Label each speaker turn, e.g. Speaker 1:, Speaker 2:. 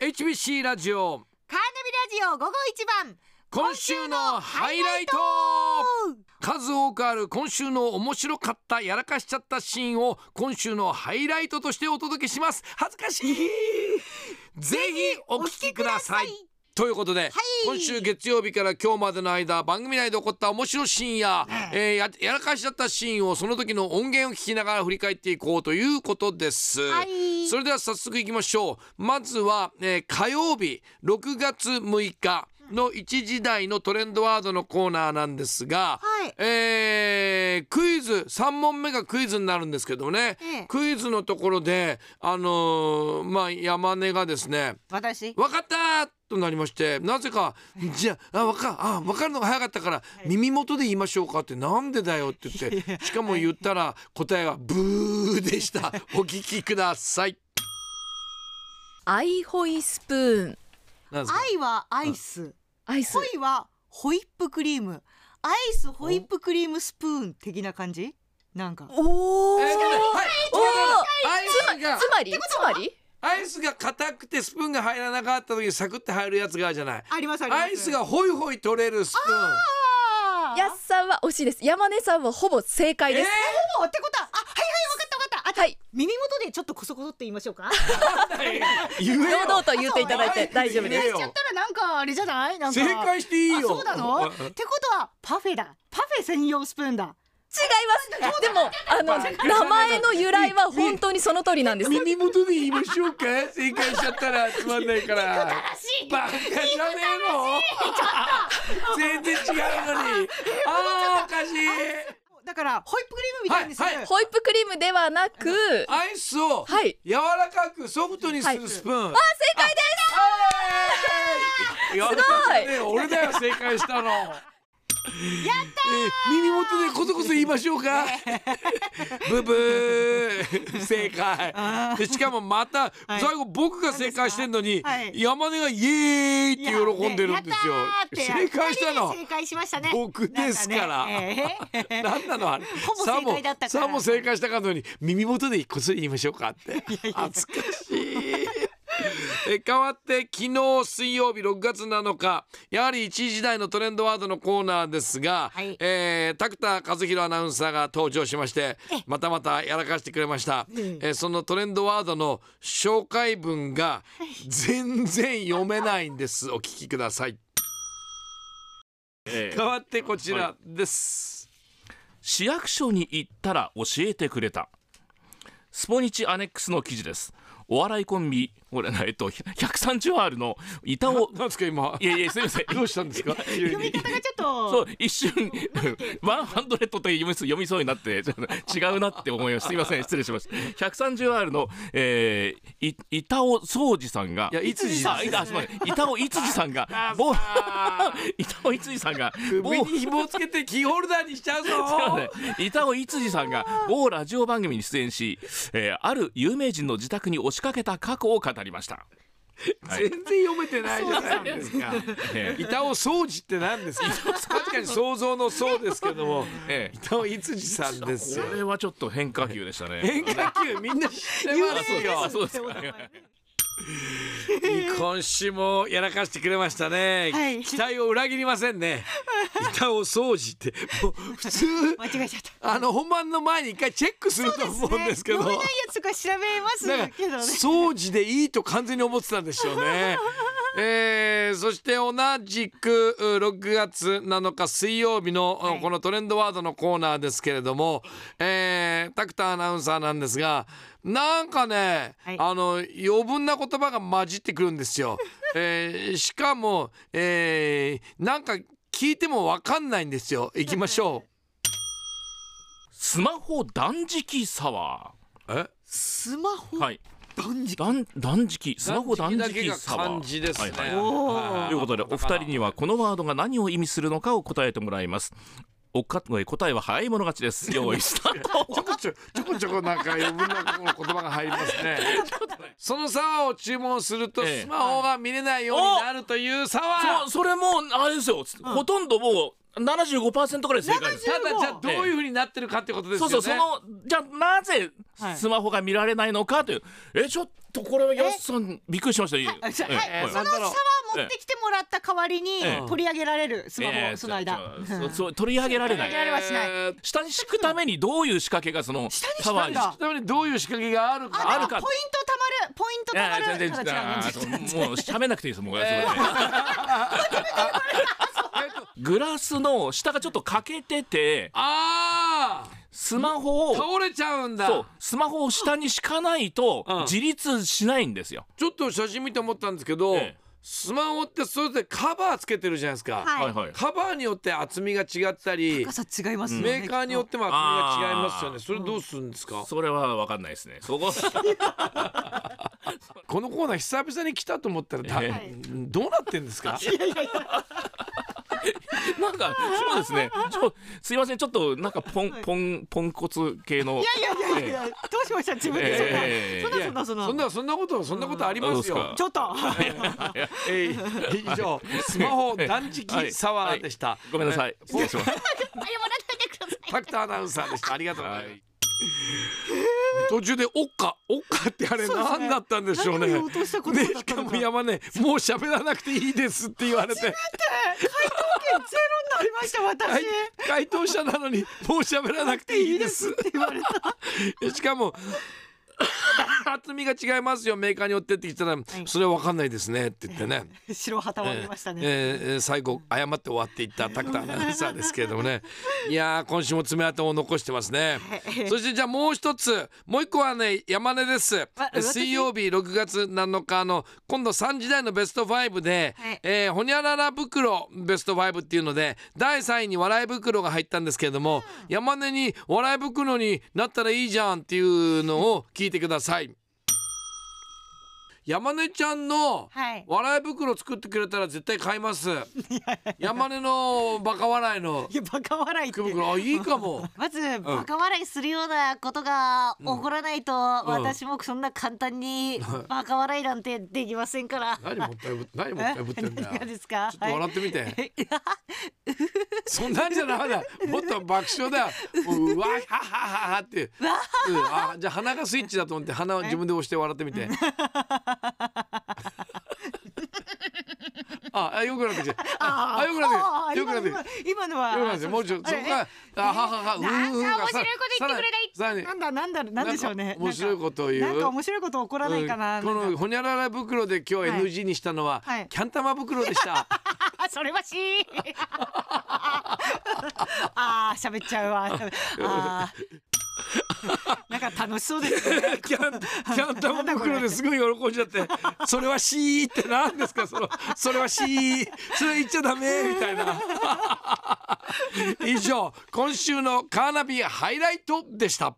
Speaker 1: HBC ラジオ
Speaker 2: カーナビラジオ午後一番
Speaker 1: 今週のハイライト数多くある今週の面白かったやらかしちゃったシーンを今週のハイライトとしてお届けします恥ずかしいぜひお聞きくださいということで、今週月曜日から今日までの間番組内で起こった面白いシーンや,、えーややらかしちゃったシーンをその時の音源を聞きながら振り返っていこうということです。
Speaker 2: はい
Speaker 1: それでは早速いきましょうまずは、えー火曜日6月6日の1時台のトレンドワードのコーナーなんですが、
Speaker 2: はい
Speaker 1: えークイズ3問目がクイズになるんですけどね、
Speaker 2: ええ
Speaker 1: クイズのところであのーまあ山根がですね
Speaker 2: 私
Speaker 1: 「分かった!」となりましてなぜか「じゃああ分かあ分かるのが早かったから耳元で言いましょうか」って「なんでだよ」って言ってしかも言ったら答えは「ブー」でしたお聞きください。
Speaker 3: アイホイスプーン
Speaker 1: なんですか
Speaker 2: 愛はアイス
Speaker 3: アイス
Speaker 2: 恋はホイップクリームアイスホイップクリームスプーン的な感じなんか
Speaker 3: おお、
Speaker 1: えーはい
Speaker 3: お
Speaker 1: アイスが
Speaker 3: つまりつまり
Speaker 1: アイスが硬くてスプーンが入らなかった時にサクって入るやつがあるじゃない。
Speaker 2: ありますあります
Speaker 1: アイスがホイホイ取れるスプーン。
Speaker 2: あー
Speaker 3: やっさんは惜しいです山根さんはほぼ正解
Speaker 1: え
Speaker 3: です、
Speaker 2: ほぼってことはあはいはいわかったわかったあ
Speaker 3: はい
Speaker 2: 耳元でちょっとコソコソって言いましょうか
Speaker 1: ー言えよ
Speaker 3: 堂々と言っていただいて
Speaker 1: あ
Speaker 3: 大丈夫
Speaker 1: え
Speaker 3: で
Speaker 1: え
Speaker 3: す
Speaker 1: よ
Speaker 2: しちゃったらなんかあれじゃないなんか
Speaker 1: 正解していいよ
Speaker 2: あ。そうなのってことはパフェだパフェ専用スプーンだ
Speaker 3: 違いますでもあの名前の由来は本当にその通りなんです
Speaker 1: 耳元で言いましょうか。正解しちゃったらつまんないから。
Speaker 2: しい
Speaker 1: バカじゃねえの。全然違うのに。あーおかしい。
Speaker 2: だからホイップクリームみたいにする、
Speaker 1: はいはい
Speaker 3: ホイップクリームではなく
Speaker 1: アイスを
Speaker 3: はい
Speaker 1: 柔らかくソフトにするスプーン。
Speaker 3: あ正解です
Speaker 1: すご
Speaker 3: い
Speaker 1: 俺だよ正解したの。やった耳元でこそこそ言いましょうか。ブブー正解。でしかもまた
Speaker 2: はい
Speaker 1: 最後僕が正解してんのに
Speaker 2: はい
Speaker 1: 山根がイエーイって喜んでるんですよ
Speaker 2: やったーっ。て
Speaker 1: 正解したの
Speaker 2: 二人で正解しましたね
Speaker 1: 僕ですから
Speaker 2: なんねえ ー
Speaker 1: なんなのあれ。
Speaker 2: ほぼ正解だったから
Speaker 1: さもさも正解したかのように耳元でこっそり言いましょうかって。恥ずかしい。 え変わって昨日水曜日6月7日やはり1時台のトレンドワードのコーナーですが、
Speaker 2: はい
Speaker 1: えー、拓田和弘アナウンサーが登場しましてまたまたやらかしてくれました、
Speaker 2: ん
Speaker 1: えーそのトレンドワードの紹介文が全然読めないんですお聞きください
Speaker 4: ええ
Speaker 1: 変わってこちらです、
Speaker 4: 市役所に行ったら教えてくれたスポニチアネックスの記事ですお笑いコンビこれえっと130 R の板 尾
Speaker 1: なんですか今
Speaker 4: いやいやすいま せん
Speaker 1: どうしたんですか急
Speaker 2: 読み
Speaker 1: に
Speaker 2: 方がちょっと
Speaker 4: そう一瞬ワンハンドレッドって読みそう読みそうになってちょっと違うなって思いましたすいません失礼しました 130R の、えー、い板尾総司さんが
Speaker 1: いやいつじ
Speaker 4: あいあすいません板尾いつじさん が某 板尾いつじさんが
Speaker 1: 首
Speaker 4: 某
Speaker 1: に紐をつけてキーホルダーにしちゃうぞ
Speaker 4: 板尾つじさんが某ラジオ番組に出演し、えーある有名人の自宅に押しかけた過去を語りました。はい
Speaker 1: 全然読めてないじゃないですか
Speaker 4: えー
Speaker 1: 板尾掃除って何ですか 確かに想像のそうですけども
Speaker 4: えー
Speaker 1: 板尾いつじさんですよ
Speaker 4: これはちょっと変化球でしたね。
Speaker 1: 変化球みんな知って
Speaker 4: あ
Speaker 1: ます
Speaker 4: そうです
Speaker 1: よ
Speaker 4: あそうですか。
Speaker 1: 今週もやらかしてくれましたね、
Speaker 2: はい
Speaker 1: 期待を裏切りませんね板尾掃除ってもう普通
Speaker 2: 間違えちゃった
Speaker 1: あの本番の前に一回チェックすると思うんですけど
Speaker 2: そうね読めないやつとか調べます
Speaker 1: だから
Speaker 2: けどね
Speaker 1: 掃除でいいと完全に思ってたんでしょう ね。えーそして同じくう6月7日水曜日の、
Speaker 2: はい
Speaker 1: このトレンドワードのコーナーですけれども、えー、タクタアナウンサーなんですがなんかね、
Speaker 2: はい
Speaker 1: あの余分な言葉が混じってくるんです よ。えーしかも、えーなんか聞いてもわかんないんですよ。行きましょ
Speaker 4: スマホ断食サワ
Speaker 1: う。え
Speaker 2: スマホ
Speaker 4: ー。はい。
Speaker 2: 断食
Speaker 4: 断断食スマホ断
Speaker 1: 断食
Speaker 4: 食
Speaker 1: だけが
Speaker 4: サワー。
Speaker 1: 漢字ですね。
Speaker 4: はいはい
Speaker 1: は
Speaker 4: ということでお二人にはこのワードが何を意味するのかを答えてもらいます。おか答えは早い者勝ちです。用意ス タート。
Speaker 1: ちょこちょちょこちょこなんか余分な言葉が入りますね。 そのサワーを注文すると
Speaker 4: ええ
Speaker 1: スマホが見れないようになるというサワー。
Speaker 4: そそれもあれですよ、ほとんどもう75%ぐらい正解です
Speaker 1: ただじゃあどういうふうになってるかってことです
Speaker 4: そ
Speaker 1: よ
Speaker 4: う
Speaker 1: ね
Speaker 4: そうそのじゃあなぜ
Speaker 2: はい
Speaker 4: スマホが見られないのかという、えちょっとこれはやすさんびっくりしましたいい
Speaker 2: はい、その
Speaker 4: ええ
Speaker 1: はい
Speaker 2: 差は持ってきてもらった代わりに
Speaker 4: ええ
Speaker 2: 取り上げられるスマホ、
Speaker 4: ええ
Speaker 2: その間。
Speaker 4: じゃあそうそう取り上げられない
Speaker 2: 取り上げられはしない
Speaker 1: えー
Speaker 4: 下に敷くためにどういう仕掛けがその
Speaker 2: 下に敷くんだ
Speaker 4: タワーに敷
Speaker 1: ちなみにどういう仕掛けがあるか
Speaker 4: ある
Speaker 2: ポイ
Speaker 4: か
Speaker 2: ントたまるポイント
Speaker 4: い
Speaker 2: たま
Speaker 4: やいや
Speaker 2: る
Speaker 4: 全
Speaker 2: 形
Speaker 4: 然
Speaker 2: が
Speaker 4: あ
Speaker 2: ね
Speaker 4: ーもう喋んなくていいですもう、
Speaker 1: え
Speaker 4: それで
Speaker 1: えっと
Speaker 4: グラスの下がちょっと欠けてて
Speaker 1: ああ
Speaker 4: スマホを
Speaker 1: 倒れちゃうんだ
Speaker 4: そうスマホを下に敷かないと
Speaker 1: うん
Speaker 4: 自立しないんですよ。
Speaker 1: ちょっと写真見て思ったんですけど、
Speaker 4: ええ
Speaker 1: スマホってそれぞれカバーつけてるじゃないですか、
Speaker 2: はい
Speaker 4: はい
Speaker 1: カバーによって厚みが違ったり
Speaker 2: 高さ違いますよね
Speaker 1: メーカーによっても厚みが違いますよねそれどうするんですか、
Speaker 4: それは分かんないですね。そこ
Speaker 1: このコーナー久々に来たと思ったらだ、
Speaker 4: え
Speaker 2: え
Speaker 1: どうなってんですか
Speaker 4: なんかそうですね。ちょすいませんちょっとなんかポンポンポンコツ系
Speaker 2: い
Speaker 4: の。
Speaker 2: やいやいやいやどうしました自分でそんな、
Speaker 4: ええ
Speaker 2: そんなそんなそんな
Speaker 1: そんなそんなことそんなことありますよ、
Speaker 4: うんあ
Speaker 2: ちょっと
Speaker 1: えい以上スマホ断食サワーでした、
Speaker 4: ごめんなさい。失礼します。
Speaker 1: タクターアナウンサーでしたありがとうございます、途中で「おっか」「おっか」ってあれ
Speaker 2: そうですね
Speaker 1: 何だったんでしょうね
Speaker 2: 何を落としたことだ
Speaker 1: で
Speaker 2: ったの
Speaker 1: し
Speaker 2: か
Speaker 1: かも山根もう喋らなくていいですって言われて
Speaker 2: ゼロになりました私、
Speaker 1: はい回答者なのにもう喋らなくていいですって言われた しかも厚みが違いますよメーカーによってって言ったら
Speaker 2: い
Speaker 1: それは分かんないですねって言ってね
Speaker 2: 白旗をありましたね、
Speaker 1: えーえー最後謝って終わっていったタクタアナウンサーですけれどもねいやー今週も爪痕を残してますね そしてじゃあもう一つもう一個はね山根です
Speaker 2: あ私
Speaker 1: 水曜日6月7日の今度3時台のベスト5で、
Speaker 2: はい
Speaker 1: えーほにゃらら袋ベスト5っていうので第3位に笑い袋が入ったんですけれども、山根に笑い袋になったらいいじゃんっていうのを聞いてください山根ちゃんの
Speaker 2: はい
Speaker 1: 笑い袋作ってくれたら絶対買い ます山根のバカ笑いの
Speaker 2: いやバカ笑いって
Speaker 1: 福袋あいいかも
Speaker 2: まず、バカ笑いするようなことが起こらないと、私もそんな簡単にバカ笑いなんてできませんから。
Speaker 1: 何もったいぶ何もったいぶってんだよ
Speaker 2: 何がですか
Speaker 1: ちょっと笑ってみて、
Speaker 2: はい
Speaker 1: そんなんじゃダメだもっと爆笑 だうわははははって、うん、あじゃあ鼻がスイッチだと思って鼻を自分で押して笑ってみて ああよくなってきたああよくなっ
Speaker 2: あ
Speaker 1: てきたよくなってきた
Speaker 2: 今今のは
Speaker 1: よくなってきたもうちょっとそこがあはははうーう
Speaker 2: なんか
Speaker 1: ーが
Speaker 2: 面
Speaker 1: さ
Speaker 2: 白いこと言ってくれたり
Speaker 1: さらに
Speaker 2: なんだなんだなんでしょうね
Speaker 1: なんか面白いことを言う
Speaker 2: なんか面白いこと起こらないかな,、
Speaker 1: うんこ
Speaker 2: なん
Speaker 1: の
Speaker 2: か
Speaker 1: ほにゃらら袋で今日
Speaker 2: はい
Speaker 1: NG にしたのは、
Speaker 2: はい
Speaker 1: キャン玉袋でした。
Speaker 2: あ それはし あー喋っちゃうわあーなんか楽しそうですね
Speaker 1: キ ャンキャン玉袋ですごい喜んじゃ って、それはしーってなんですかそのそれはしーそれ言っちゃダメみたい な。以上今週のカーナビハイライトでした。